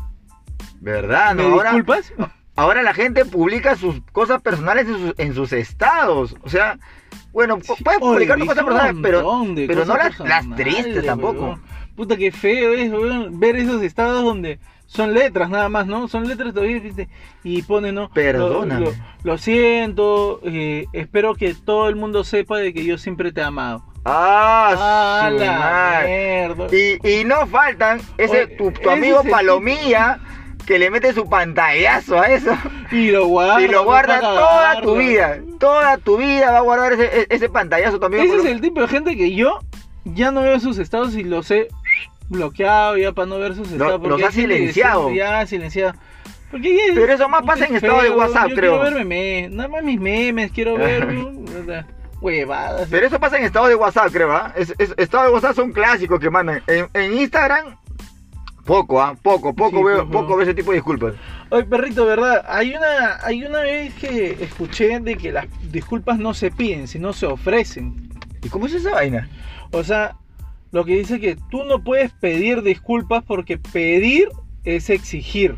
¿Verdad? ¿Me Ah, No, ahora, disculpas? ahora la gente publica sus cosas personales en sus, en sus estados. O sea, bueno, Sí, puedes oye, publicar tus viste cosas un personales, pero montón de pero no cosas las- las personales, tristes tampoco. weón. Puta, qué feo es, weón, ver esos estados donde son letras nada más, ¿no? Son letras todavía, viste, y pone, ¿no? Perdóname. Lo, lo- lo siento, eh, espero que todo el mundo sepa de que yo siempre te he amado. Ah, ¡Ah, su la madre. mierda! Y, y no faltan ese Oye, tu, tu ese amigo es el Palomilla que le mete su pantallazo a eso Y lo guarda. y lo guarda para toda tu guardarlo. vida. Toda tu vida va a guardar ese, e- ese pantallazo tu amigo. Ese es Palomilla. el tipo de gente que yo ya no veo sus estados y los he bloqueado ya para no ver sus estados. porque los ha hay gente que silenciado. Ya, silenciado. Porque ya- Pero eso más puta, pasa en es estado de feo, WhatsApp, yo creo. Quiero ver memes, nada más mis memes, quiero ver o sea, huevadas. Pero eso pasa en estado de WhatsApp, creo, ¿ah? Es, es- estado de WhatsApp son clásicos que mandan. En, en Instagram, poco, ¿ah? Poco, poco Sí, veo, pues, poco no. veo ese tipo de disculpas. Oye, perrito, ¿verdad? Hay una, hay una vez que escuché de que las disculpas no se piden, sino se ofrecen. ¿Y cómo es esa vaina? O sea, lo que dice que tú no puedes pedir disculpas porque pedir es exigir.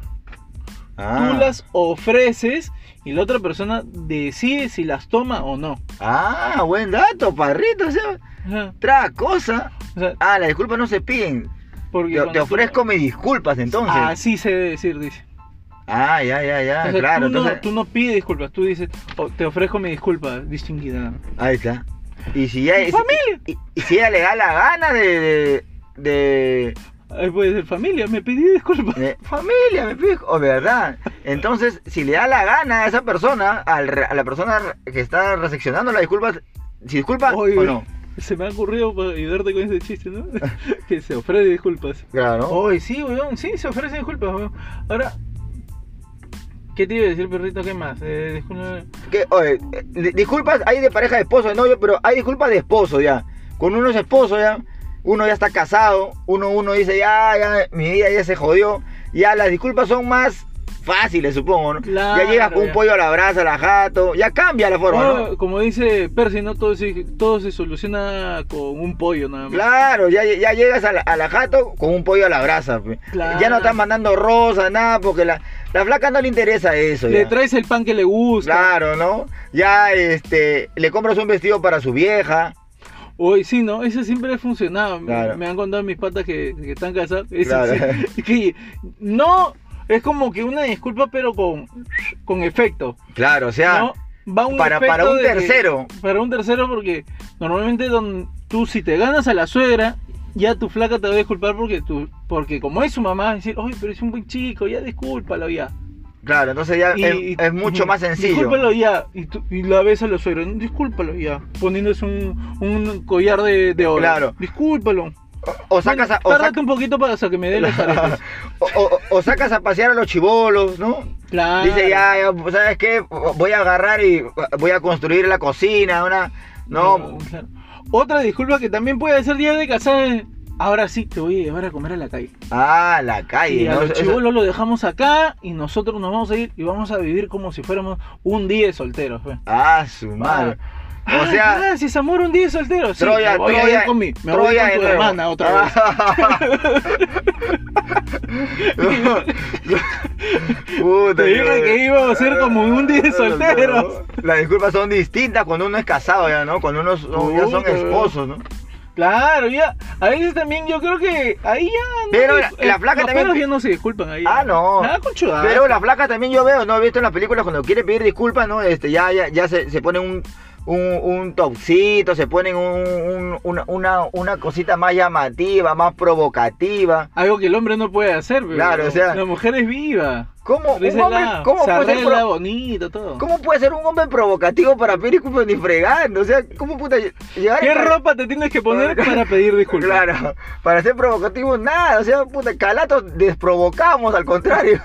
Ah, Tú las ofreces y la otra persona decide si las toma o no. ah, buen dato, parrito. O sea, Ajá. otra cosa. O sea, Ah, las disculpas no se piden. porque Te, cuando te tú- ofrezco mis disculpas entonces. Ah, Así se debe decir, dice. ya, ya, ya. O sea, claro, tú, no, entonces. tú no pides disculpas, tú dices, "Oh, te ofrezco mi disculpa, distinguida. Ahí está. Y si ya. ¡Mi y- familia! y, y si ella le da la gana de. de, de- Ahí puede ser familia, me pedí disculpas. Eh, familia, me fijo, ¿verdad? Entonces, si le da la gana a esa persona, al re- a la persona que está reseccionando la disculpa, si disculpa Oye, o no. Se me ha ocurrido para ayudarte con ese chiste, ¿no? que se ofrece disculpas. Claro. Oye, sí, weón, sí, se ofrece disculpas, weón. Ahora, ¿qué te iba a decir, perrito? ¿Qué más? Eh, disculpa. Que, oye, eh, di- disculpas hay de pareja de esposo, de novio, pero hay disculpas de esposo ya. Con uno es esposo ya, uno ya está casado, uno uno dice, ya, ya, mi vida ya se jodió. Ya las disculpas son más fáciles, supongo, ¿no? Claro, ya llegas con un ya. Oh, pollo a la brasa, a la jato, ya cambia la forma, ¿no? Ahora, Como dice Percy, ¿no? Todo se, todo se soluciona con un pollo nada más. Claro, ya, ya llegas a la, a la jato con un pollo a la brasa. pe. Claro. Ya no estás mandando rosa, nada, porque la, la flaca no le interesa eso. Le ya. traes el pan que le gusta. Claro, ¿no? Ya este, le compras un vestido para su vieja. Hoy sí, ¿no? Eso siempre ha funcionado. Me- Claro. Me han contado mis patas que, que están casadas. Eso Claro. sí. Que no, es como que una disculpa, pero con, con efecto. Claro, o sea, ¿no? Va un para, para efecto un de que- tercero. para un tercero, porque normalmente don, tú, si te ganas a la suegra, ya tu flaca te va a disculpar porque, tú, porque como es su mamá, va a decir, oye, pero es un buen chico, ya discúlpalo ya. Claro, entonces ya Y- y- es, es mucho más sencillo. Discúlpalo ya. Y, tú- y la ves a los suegros. Discúlpalo ya. Poniéndose un, un collar de, de oro. Claro. Discúlpalo. O sacas, a, o, Tárdate sac- un poquito para hasta que me dé los aretes. o- o- o sacas a pasear a los chivolos, ¿no? Claro. Dice, ya, ya, ¿sabes qué? Voy a agarrar y voy a construir la cocina, una... No, claro. Otra disculpa que también puede ser día de casado es, Ahora sí, te voy a llevar a comer a la calle. ah, la calle. y a ¿no? los Eso- chibolos lo dejamos acá y nosotros nos vamos a ir y vamos a vivir como si fuéramos un día de solteros. fe. Ah, su madre. O Ah, sea, gracias amor, un día de solteros. Sí, Troya, me voy a ir Troya, con mi- me voy Troya con tu de nuevo. hermana otra vez. Puta, Te dije madre. que iba a ser como un día de solteros. Las disculpas son distintas cuando uno es casado ya, ¿no? Cuando uno son- ya son Puta, esposos, ¿no? Claro, ya. A veces también yo creo que ahí ya. no Pero dis- la- la eh, flaca los también- peros ya no se disculpan ahí. Ah, no. Nada con chudadas. Pero la flaca también yo veo, ¿no? He visto en las películas cuando quiere pedir disculpas, ¿no? Este, ya, ya, ya se, se pone un, un, un topcito, se ponen un- un- una, una, una cosita más llamativa, más provocativa. Algo que el hombre no puede hacer, pero Claro, o sea- La mujer es viva. ¿Cómo, un Dice hombre- la- cómo se puede ser arregla pro- bonito, todo. ¿Cómo puede ser un hombre provocativo para pedir disculpas ni fregando? O sea, ¿cómo puta llegar ¿Qué en- ropa te tienes que poner para pedir disculpas? Claro, para ser provocativo nada, o sea, puta, calatos desprovocamos, al contrario.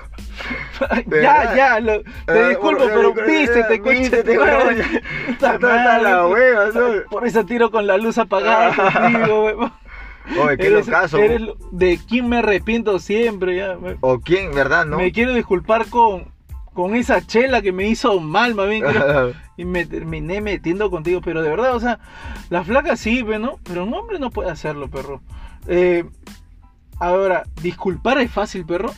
ya, ya, lo- te Eh, disculpo, bueno, pero eh, vístete, coche. vístete, tu madre. huevón. Puta Ya está, está madre, la hueva, ¿no? Por eso tiro con la luz apagada contigo, huevón. Oye, qué Eres- locazo. eres lo- de quién me arrepiento siempre, ya. huevón. O quién, ¿verdad? ¿No? Me quiero disculpar con, con esa chela que me hizo mal, más bien. creo. y me terminé metiendo contigo, pero de verdad, o sea, la flaca sí, ve, ¿no? Pero un hombre no puede hacerlo, perro. Eh, ahora, disculpar es fácil, perro.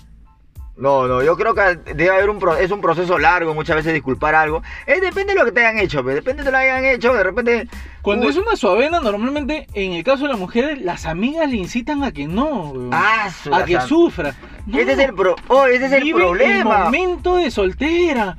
No, no, yo creo que debe haber un pro- es un proceso largo muchas veces disculpar algo. Eh, depende de lo que te hayan hecho, pe, depende de lo que hayan hecho, de repente. uh, Cuando Uy. es una suavena, normalmente, en el caso de las mujeres, las amigas le incitan a que no, weón. Ah, su- a que la- sufra. No, Ese es el pro- oh, ese es el vive problema. momento de soltera.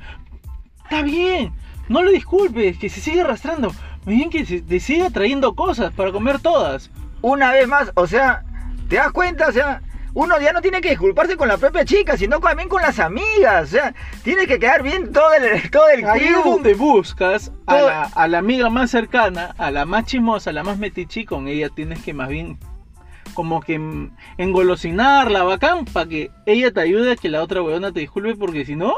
Está bien. No lo disculpes, que se siga arrastrando. Más bien que se- te siga trayendo cosas para comer todas. una vez más, o sea, ¿te das cuenta? O sea, uno ya no tiene que disculparse con la propia chica, sino también con las amigas. O sea, tiene que quedar bien todo el, todo el Ahí es crew. donde buscas a Todo- la, a la amiga más cercana, a la más chismosa, a la más metichi, con ella tienes que más bien como que mm, engolosinarla, bacán, para que ella te ayude a que la otra weona te disculpe, porque si no,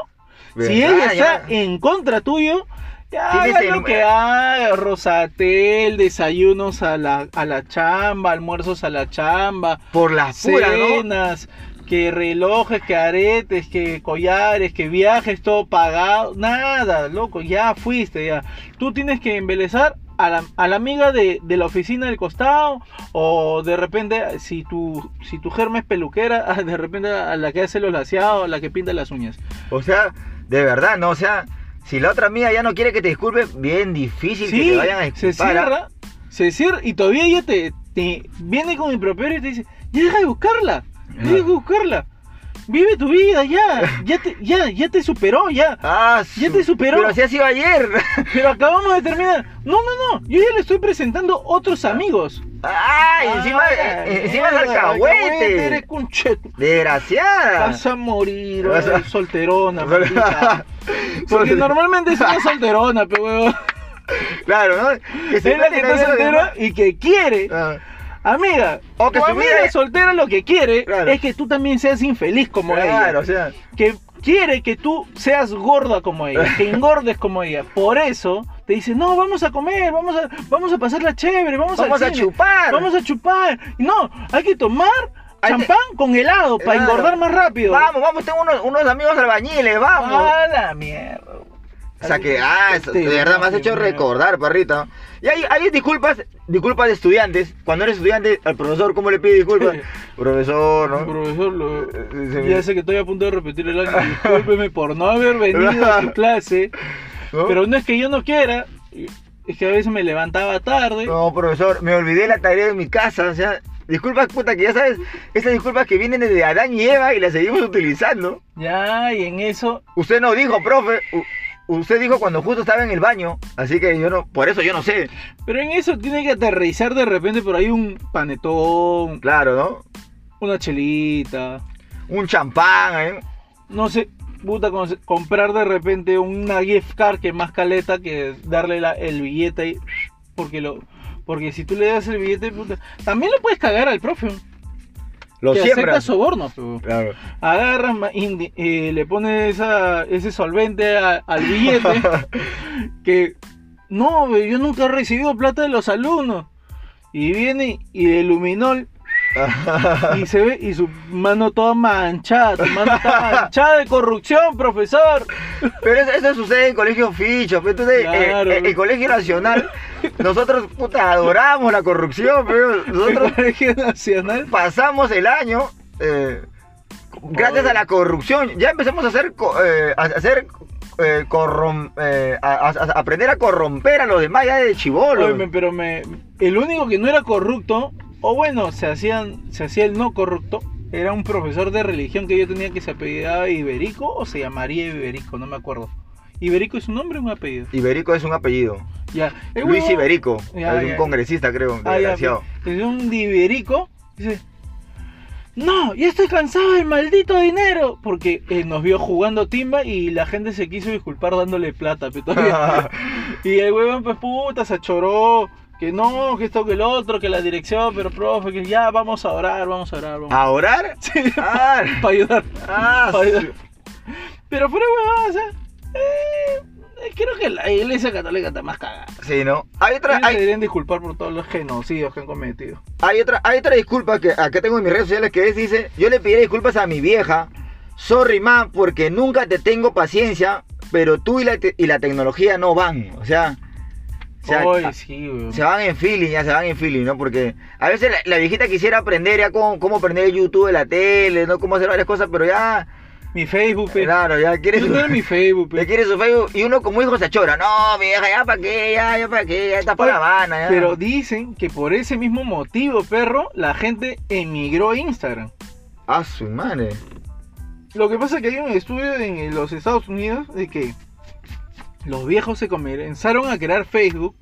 ¿Verdad? si ella Ah, Ya- está en contra tuyo, ya Tienes haga lo el- que haga, Rosatel, desayunos a la, a la chamba, almuerzos a la chamba, Por las puras, ¿no? cenas, que relojes, que aretes, que collares, que viajes, todo pagado. Nada, loco, ya fuiste, ya. Tú tienes que embelezar a la, a la amiga de, de la oficina del costado o de repente, si tu, si tu germa es peluquera, de repente a la que hace los laseados, a la que pinta las uñas. O sea, de verdad, ¿no? O sea, si la otra amiga ya no quiere que te disculpe, bien difícil que Sí, te vayan a se disculpar. ¿ah? cierra, se cierra y todavía ella te, te viene con improperio y te dice, ya deja de buscarla, ya deja de buscarla, vive tu vida ya, ya te, ya, ya te superó ya, Ah, Ya su- te superó. Pero así ha sido ayer. pero acabamos de terminar, no, no, no, yo ya le estoy presentando otros amigos, ¡Ay! encima eh, encima es Cahuete, eres alcahuete. conchetu- Desgraciada. Vas a morir, Vas a- ay, solterona, maldita. Porque Sol- normalmente es una solterona, pero huevón. Claro, ¿no? Que Es la que meten está a ver a los soltera y que quiere. demás. Amiga, O que tu su amiga vida- soltera lo que quiere Claro. es que tú también seas infeliz como Claro, o ella. sea. Que quiere que tú seas gorda como ella, que engordes como ella. Por eso te dice, no, vamos a comer, vamos a, vamos a pasarla chévere, vamos, al Vamos a cine, chupar. Vamos a chupar. No, hay que tomar Hay que- champán con helado para Claro. engordar más rápido. Ah, Vamos, vamos, tengo unos, unos amigos albañiles, vamos. A la mierda. O sea que, ah, eso, de Sí, verdad me has no, hecho Dios mío. recordar, parrita. Y hay, hay disculpas, disculpas de estudiantes. Cuando eres estudiante, al profesor, ¿cómo le pide disculpas? profesor, ¿no? Profesor, lo- Eh, se me- ya sé que estoy a punto de repetir el año. Discúlpeme por no haber venido a su clase. ¿No? Pero no es que yo no quiera, es que a veces me levantaba tarde. No, profesor, me olvidé la tarea de mi casa, o sea, disculpas, puta, que ya sabes, esas disculpas que vienen desde Adán y Eva y las seguimos utilizando. Ya, y en eso. Usted no dijo, profe, u- usted dijo cuando justo estaba en el baño, así que yo no, por eso yo no sé, Pero en eso tiene que aterrizar de repente por ahí un panetón, claro, ¿no? una chelita. Un champán, ¿eh? No sé, puta, con- comprar de repente una gift card que es más caleta que darle la- el billete ahí. Porque lo. Porque si tú le das el billete, puta. También le puedes cagar al profe. Lo que siembra. acepta sobornos, pero. Claro. agarras, ma- indi- eh, le pones esa- ese solvente a- al billete que no, be, yo nunca he recibido plata de los alumnos. Y viene y de luminol y se ve y su mano toda manchada, tu mano está manchada de corrupción, profesor. Pero eso, eso sucede en colegio Ficho, pues, entonces eh, Claro. eh, el, colegio nacional, nosotros puta adoramos la corrupción, pero nosotros El Colegio Nacional. pasamos el año eh, gracias a la corrupción, ya empezamos a hacer, co- eh, a a hacer eh, corrom- eh, a, a- a aprender a corromper a los demás ya de Oye, chivolo. me- pero me el único que no era corrupto o bueno, se hacían se hacía el no corrupto. Era un profesor de religión que yo tenía que se apellidaba Iberico o se llamaría Iberico, no me acuerdo. Iberico es un nombre o un apellido. Iberico es un apellido. Ya. El Luis huevón- Iberico, Ya, es un ya. congresista creo, Ah, ya, desgraciado. pues, es un Iberico. Dice, no, ya estoy cansado del maldito dinero. Porque eh, nos vio jugando timba y la gente se quiso disculpar dándole plata. Pero todavía- Y el huevón, pues puta, se choró. Que no, que esto, que el otro, que la dirección, pero profe, que ya vamos a orar, vamos a orar, vamos ¿A orar? Ah, para ayudar. ah, pa' ayudar. Pero fuera huevón, o sea, eh, creo que la iglesia católica está más cagada. sí, ¿no? Hay otra, Ellos hay, se deberían disculpar por todos los genocidios que han cometido. Hay otra, hay otra disculpa que acá tengo en mis redes sociales que es, dice, yo le pediré disculpas a mi vieja. Sorry, ma, porque nunca te tengo paciencia, pero tú y la, te- y la tecnología no van. O sea, o sea, Oy, a- sí, weón. se van en feeling, ya se van en feeling, ¿no? Porque a veces la, la viejita quisiera aprender ya cómo, cómo aprender el YouTube de la tele, ¿no? Cómo hacer varias cosas, pero ya, Mi Facebook, pe. claro, ya quiere Yo su, tengo mi Facebook, pe. ya quiere su Facebook. Y uno como hijo se chora, no, vieja, ya para qué, ya, ya para qué, ya está para Oye, La Habana, ya. Pero dicen que por ese mismo motivo, perro, la gente emigró a Instagram. Ah, su madre. Lo que pasa es que hay un estudio en los Estados Unidos de que los viejos se comenzaron a crear Facebook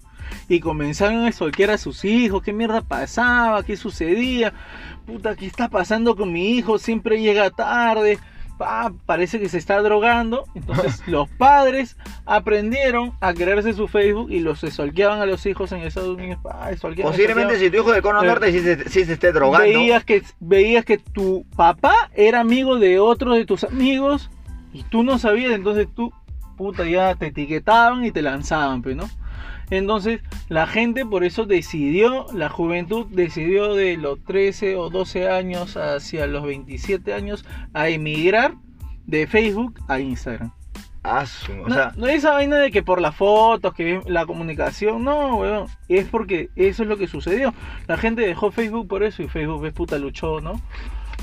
y comenzaron a stalkear a sus hijos, qué mierda pasaba, qué sucedía, puta, qué está pasando con mi hijo, siempre llega tarde, pa, parece que se está drogando. Entonces los padres aprendieron a crearse su Facebook y los stalkeaban a los hijos en Estados Unidos. pa, stalkeaban, Posiblemente stalkeaban. si tu hijo de Cono Eh, Norte sí se, sí se esté drogando. Veías que, veías que tu papá era amigo de otro de tus amigos y tú no sabías, entonces tú, puta, ya te etiquetaban y te lanzaban, pues, ¿no? Entonces, la gente por eso decidió, la juventud decidió de los 13 o 12 años hacia los 27 años a emigrar de Facebook a Instagram. Ah, su- o no, sea, no esa vaina de que por las fotos, que la comunicación, no, weón. Es porque eso es lo que sucedió. La gente dejó Facebook por eso y Facebook es puta luchó, ¿no?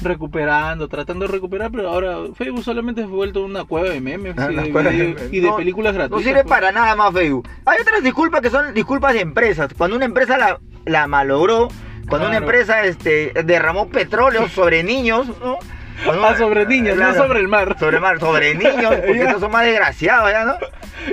Recuperando, tratando de recuperar, pero ahora Facebook solamente es vuelto una cueva de memes Ah, y una de, cueva de video- memes. y de No, películas no gratuitas. sirve pues. para nada más Facebook. Hay otras disculpas que son disculpas de empresas. Cuando una empresa la, la malogró, cuando una Claro. empresa este, derramó petróleo sobre niños, ¿no? Ah, sobre niños, no Claro. sobre el mar. Sobre el mar, sobre niños, porque Ya. estos son más desgraciados, ¿ya no?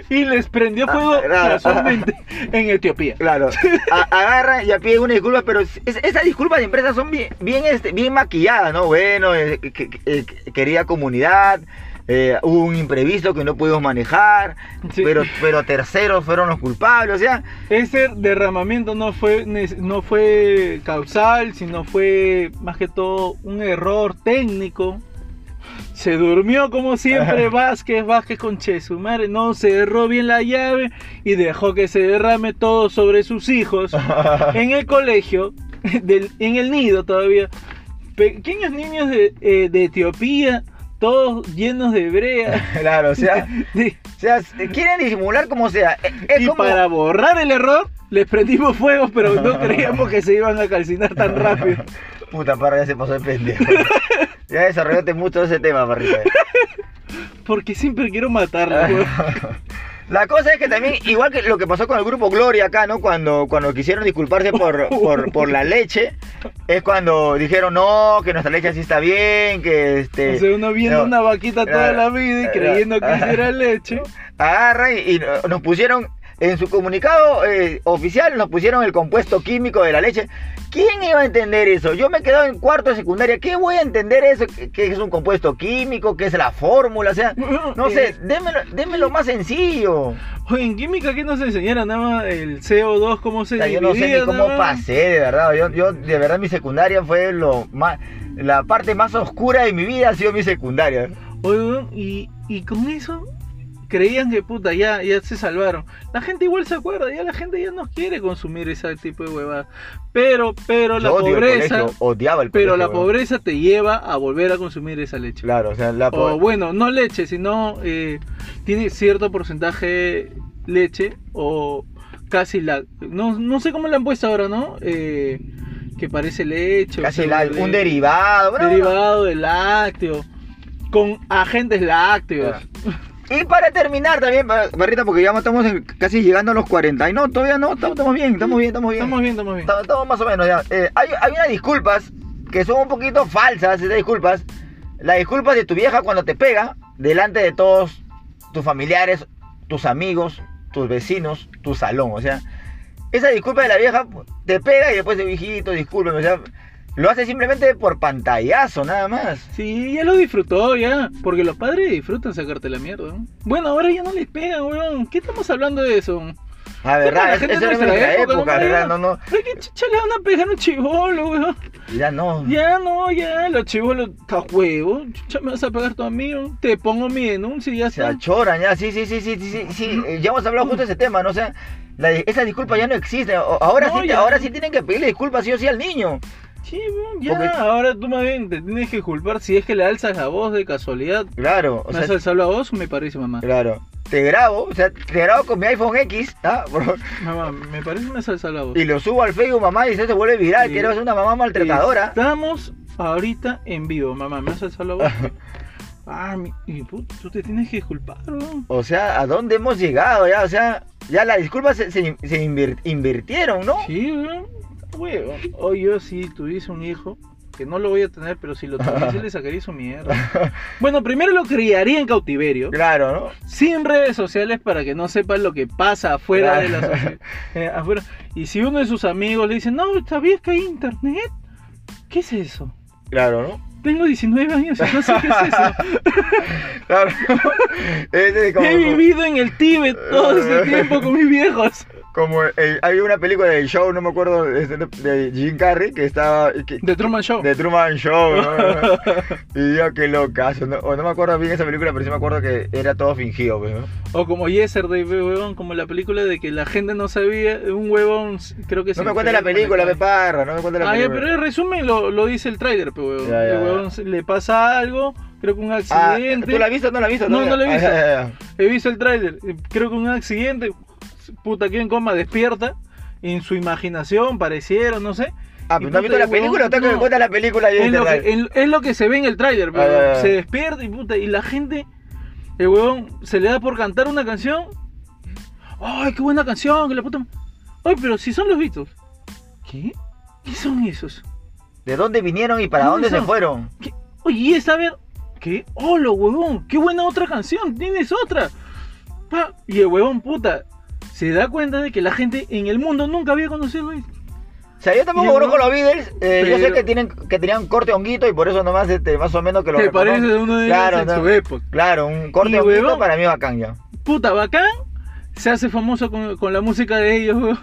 Y les prendió Ah, fuego claro. casualmente en Etiopía. Claro, a- agarran y piden una disculpa, pero es- esas disculpas de empresas son bien, bien, este, bien maquilladas, ¿no? Bueno, eh, que- que- eh, querida comunidad, eh, hubo un imprevisto que no pudimos manejar, Sí. pero, pero terceros fueron los culpables, o sea, Ese derramamiento no fue, nes- no fue causal, sino fue más que todo un error técnico. Se durmió como siempre Vázquez, Vázquez con Chesumare, no cerró bien la llave y dejó que se derrame todo sobre sus hijos en el colegio, del- en el nido todavía. Pequeños niños de, eh, de Etiopía, todos llenos de brea. claro, o sea, de- o sea, se- quieren disimular como sea. eh, Es, y como, para borrar el error, les prendimos fuego, pero no creíamos que se iban a calcinar tan rápido. Puta, parra, ya se pasó de pendejo. ya desarrollaste mucho ese tema, parrita. Porque siempre quiero Ah, matarla, La cosa es que también, igual que lo que pasó con el grupo Gloria acá, ¿no? Cuando, cuando quisieron disculparse por, por, por la leche, es cuando dijeron, no, que nuestra leche así está bien, que este... O sea, uno viendo no". Ah, una vaquita toda Claro. la vida y creyendo que Claro. hiciera leche. Agarran y, y nos pusieron, en su comunicado eh, oficial, nos pusieron el compuesto químico de la leche. ¿Quién iba a entender eso? Yo me he quedado en cuarto de secundaria, ¿qué voy a entender eso? ¿Qué, qué es un compuesto químico? ¿Qué es la fórmula? O sea, no sé, démelo, démelo más sencillo. Eh, Oye, en química, ¿qué nos enseñaron? Nada más el CO2, cómo se O sea, dividía. yo no sé ni cómo nada más. pasé, de verdad. Yo, yo, de verdad, mi secundaria fue lo más. La parte más oscura de mi vida ha sido mi secundaria. Oye, weón, y, y con eso creían que puta, ya, ya se salvaron. La gente igual se acuerda, ya la gente ya no quiere consumir ese tipo de huevadas. Pero, pero la Yo odio el pobreza. colegio, odiaba el Pero colegio, la weón. pobreza te lleva a volver a consumir esa leche. Claro, o sea, la O pobreza. bueno, no leche, sino eh, tiene cierto porcentaje leche o casi la... No, no sé cómo la han puesto ahora, ¿no? Eh, que parece leche. o Casi sea, la- le- un derivado, bueno, Derivado de lácteo. Con agentes lácteos. Y para terminar también, Bar- Barrita, porque ya estamos en- casi llegando a los 40. Y no, todavía no, estamos, estamos bien, estamos bien, estamos bien. Estamos bien, estamos bien. Estamos, estamos más o menos ya. Eh, hay, hay unas disculpas que son un poquito falsas, esas disculpas. Las disculpas de tu vieja cuando te pega, delante de todos tus familiares, tus amigos, tus vecinos, tu salón. O sea, esa disculpa de la vieja te pega y después de viejito, discúlpeme. O sea, lo hace simplemente por pantallazo, nada más. Sí, ya lo disfrutó, ya. Porque los padres disfrutan sacarte la mierda. ¿no? Bueno, ahora ya no les pegan, weón. ¿Qué estamos hablando de eso? La verdad, la es, gente esa era de nuestra nuestra época, época, no me ¿verdad? No, digas. no, ¿Pero qué chucha le van a pegar a un chivolo, weón? ya no. Ya, no, ya, los chivolos, está huevo. Chucha, me vas a pagar todo mío. Te pongo mi denuncia y ya Se está. achoran, ya, sí, sí, sí, sí, sí, sí, sí, eh, ya hemos hablado justo de ese tema, ¿no? O sea, la- esas disculpas ya no existen, o- ahora, No, sí, ya. ahora sí tienen que pedirle disculpas sí o sí al niño. Sí, weón, ya. Porque- Ahora tú más bien te tienes que culpar si es que le alzas la voz de casualidad. Claro, o ¿Me sea, has alzado la voz? Me parece, mamá. claro. Te grabo, o sea, te grabo con mi iPhone X, ¿ah? Por- Mamá, me parece me has alzado la voz. Y lo subo al Facebook, mamá, y eso se vuelve viral, Sí. que eres una mamá maltratadora. Estamos ahorita en vivo, mamá. ¿Me has alzado la voz? ah, mi... y puto, tú te tienes que disculpar, weón. O sea, ¿a dónde hemos llegado ya? O sea, ya las disculpas se, se- se invir- invirtieron, ¿no? Sí, weón. Huevo. O yo si tuviese un hijo, que no lo voy a tener, pero si lo tuviese le sacaría su mierda. Bueno, primero lo criaría en cautiverio, Claro, ¿no? sin redes sociales para que no sepan lo que pasa afuera de la sociedad. eh, afuera. Y si uno de sus amigos le dice, no, ¿sabías que hay internet? ¿Qué es eso? Claro, ¿no? Tengo 19 años y no sé qué es eso. Claro. Ese es como- He vivido en el Tíbet todo este tiempo con mis viejos. Como el- hay una película del show, no me acuerdo, este, de Jim Carrey, que estaba. que- The Truman Show. de Truman Show, ¿no? Y yo, qué locazo. No, o no me acuerdo bien esa película, pero sí me acuerdo que era todo fingido, pues, ¿no? O como Yesterday, pe, huevón, como la película de que la gente no sabía, un huevón, creo que No me cuentes la película, me me parra, no me cuentes la Ah, ya, película. pero el resumen lo, lo dice el tráiler, pe, huevón. Ya, ya, El ya. huevón se- le pasa algo, creo que un Ah, accidente. ¿Tú la has visto o no la has visto? No, no la he Ah, visto. ya, ya, ya. He visto el tráiler, eh, creo que un accidente, puta que en coma despierta, en su imaginación parecieron, no sé. Ah, pero ¿no puta, has visto la huevón, película o está que me no. cuentas la película y Es lo, Internet? que, en- es lo que se ve en el tráiler, Ah, ya, pero ya. se despierta y puta, y la gente, el huevón, se le da por cantar una canción. ¡Ay, qué buena canción! Que la puta... ma- ¡Ay, pero si son los Beatles! ¿Qué? ¿Qué son esos? ¿De dónde vinieron y para ¿Dónde dónde se son? fueron? ¿Qué? Oye, y esta a ver, ¿qué? ¡Hola, huevón! ¡Qué buena otra canción! ¡Tienes otra! Pa, Y el huevón, puta, se da cuenta de que la gente en el mundo nunca había conocido a Luis. O sea, yo tampoco Yo conozco no- los Beatles. eh, Yo sé Pero- que tienen que tenían corte honguito y por eso nomás este, más o menos que lo ¿Te reconozco. parece de uno de ellos claro, en no. su época? Claro, un Y, corte honguito huevón. para mí bacán ya. Puta, bacán, se hace famoso con, con la música de ellos, huevón.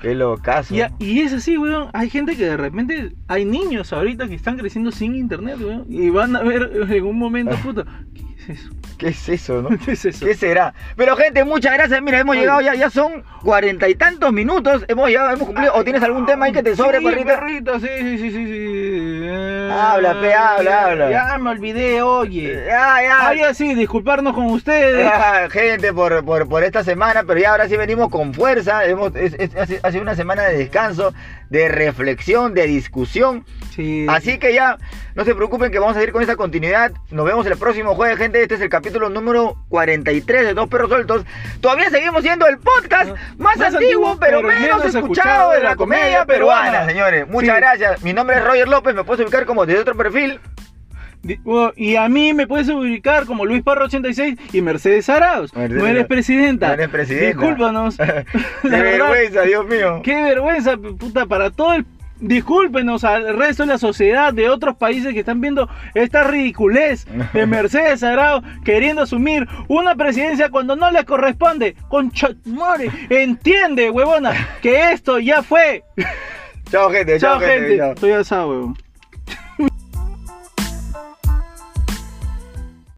Qué locazo. Y, a- y es así, weón. Hay gente que de repente, hay niños ahorita que están creciendo sin internet, weón. Y van a ver en un Ah. momento, puta, ¿qué es eso? ¿Qué es eso, no? ¿Qué es eso? ¿Qué será? Pero gente, muchas gracias. Mira, hemos Oye. llegado ya, ya son cuarenta y tantos minutos. Hemos llegado, hemos cumplido. ¿O tienes algún tema ahí que te sobre, sí, perrita? perrito, sí, sí, sí, sí, sí. Ah, Habla, pe, habla, habla. Ya me olvidé, oye. Ya, ya. Ay, así, disculparnos con ustedes. Ah, gente, por, por, por esta semana, pero ya ahora sí venimos con fuerza. Hemos, es- es- ha sido- ha sido una semana de descanso, de reflexión, de discusión. Sí. Así que ya, no se preocupen que vamos a ir con esa continuidad. Nos vemos el próximo jueves, gente. Este es el capítulo número 43 de Dos Perros Sueltos. Todavía seguimos siendo el podcast Ah, más, antiguo, pero, menos escuchado, de la comedia peruana, señores. Muchas Sí. gracias. Mi nombre es Roger López. Me puedes ubicar como desde otro perfil. Di- oh, Y a mí me puedes ubicar como Luis Parro 86 y Mercedes Arauz. Mercedes no Arauz. eres presidenta. No eres presidenta. Discúlpanos. La Qué verdad, vergüenza, Dios mío. Qué vergüenza, puta, para todo el... Discúlpenos al resto de la sociedad de otros países que están viendo esta ridiculez de Mercedes Sagrado queriendo asumir una presidencia cuando no les corresponde. Con More, entiende, huevona, que esto ya fue. Chao, gente. Chao, gente. chao. Estoy asado, huevón.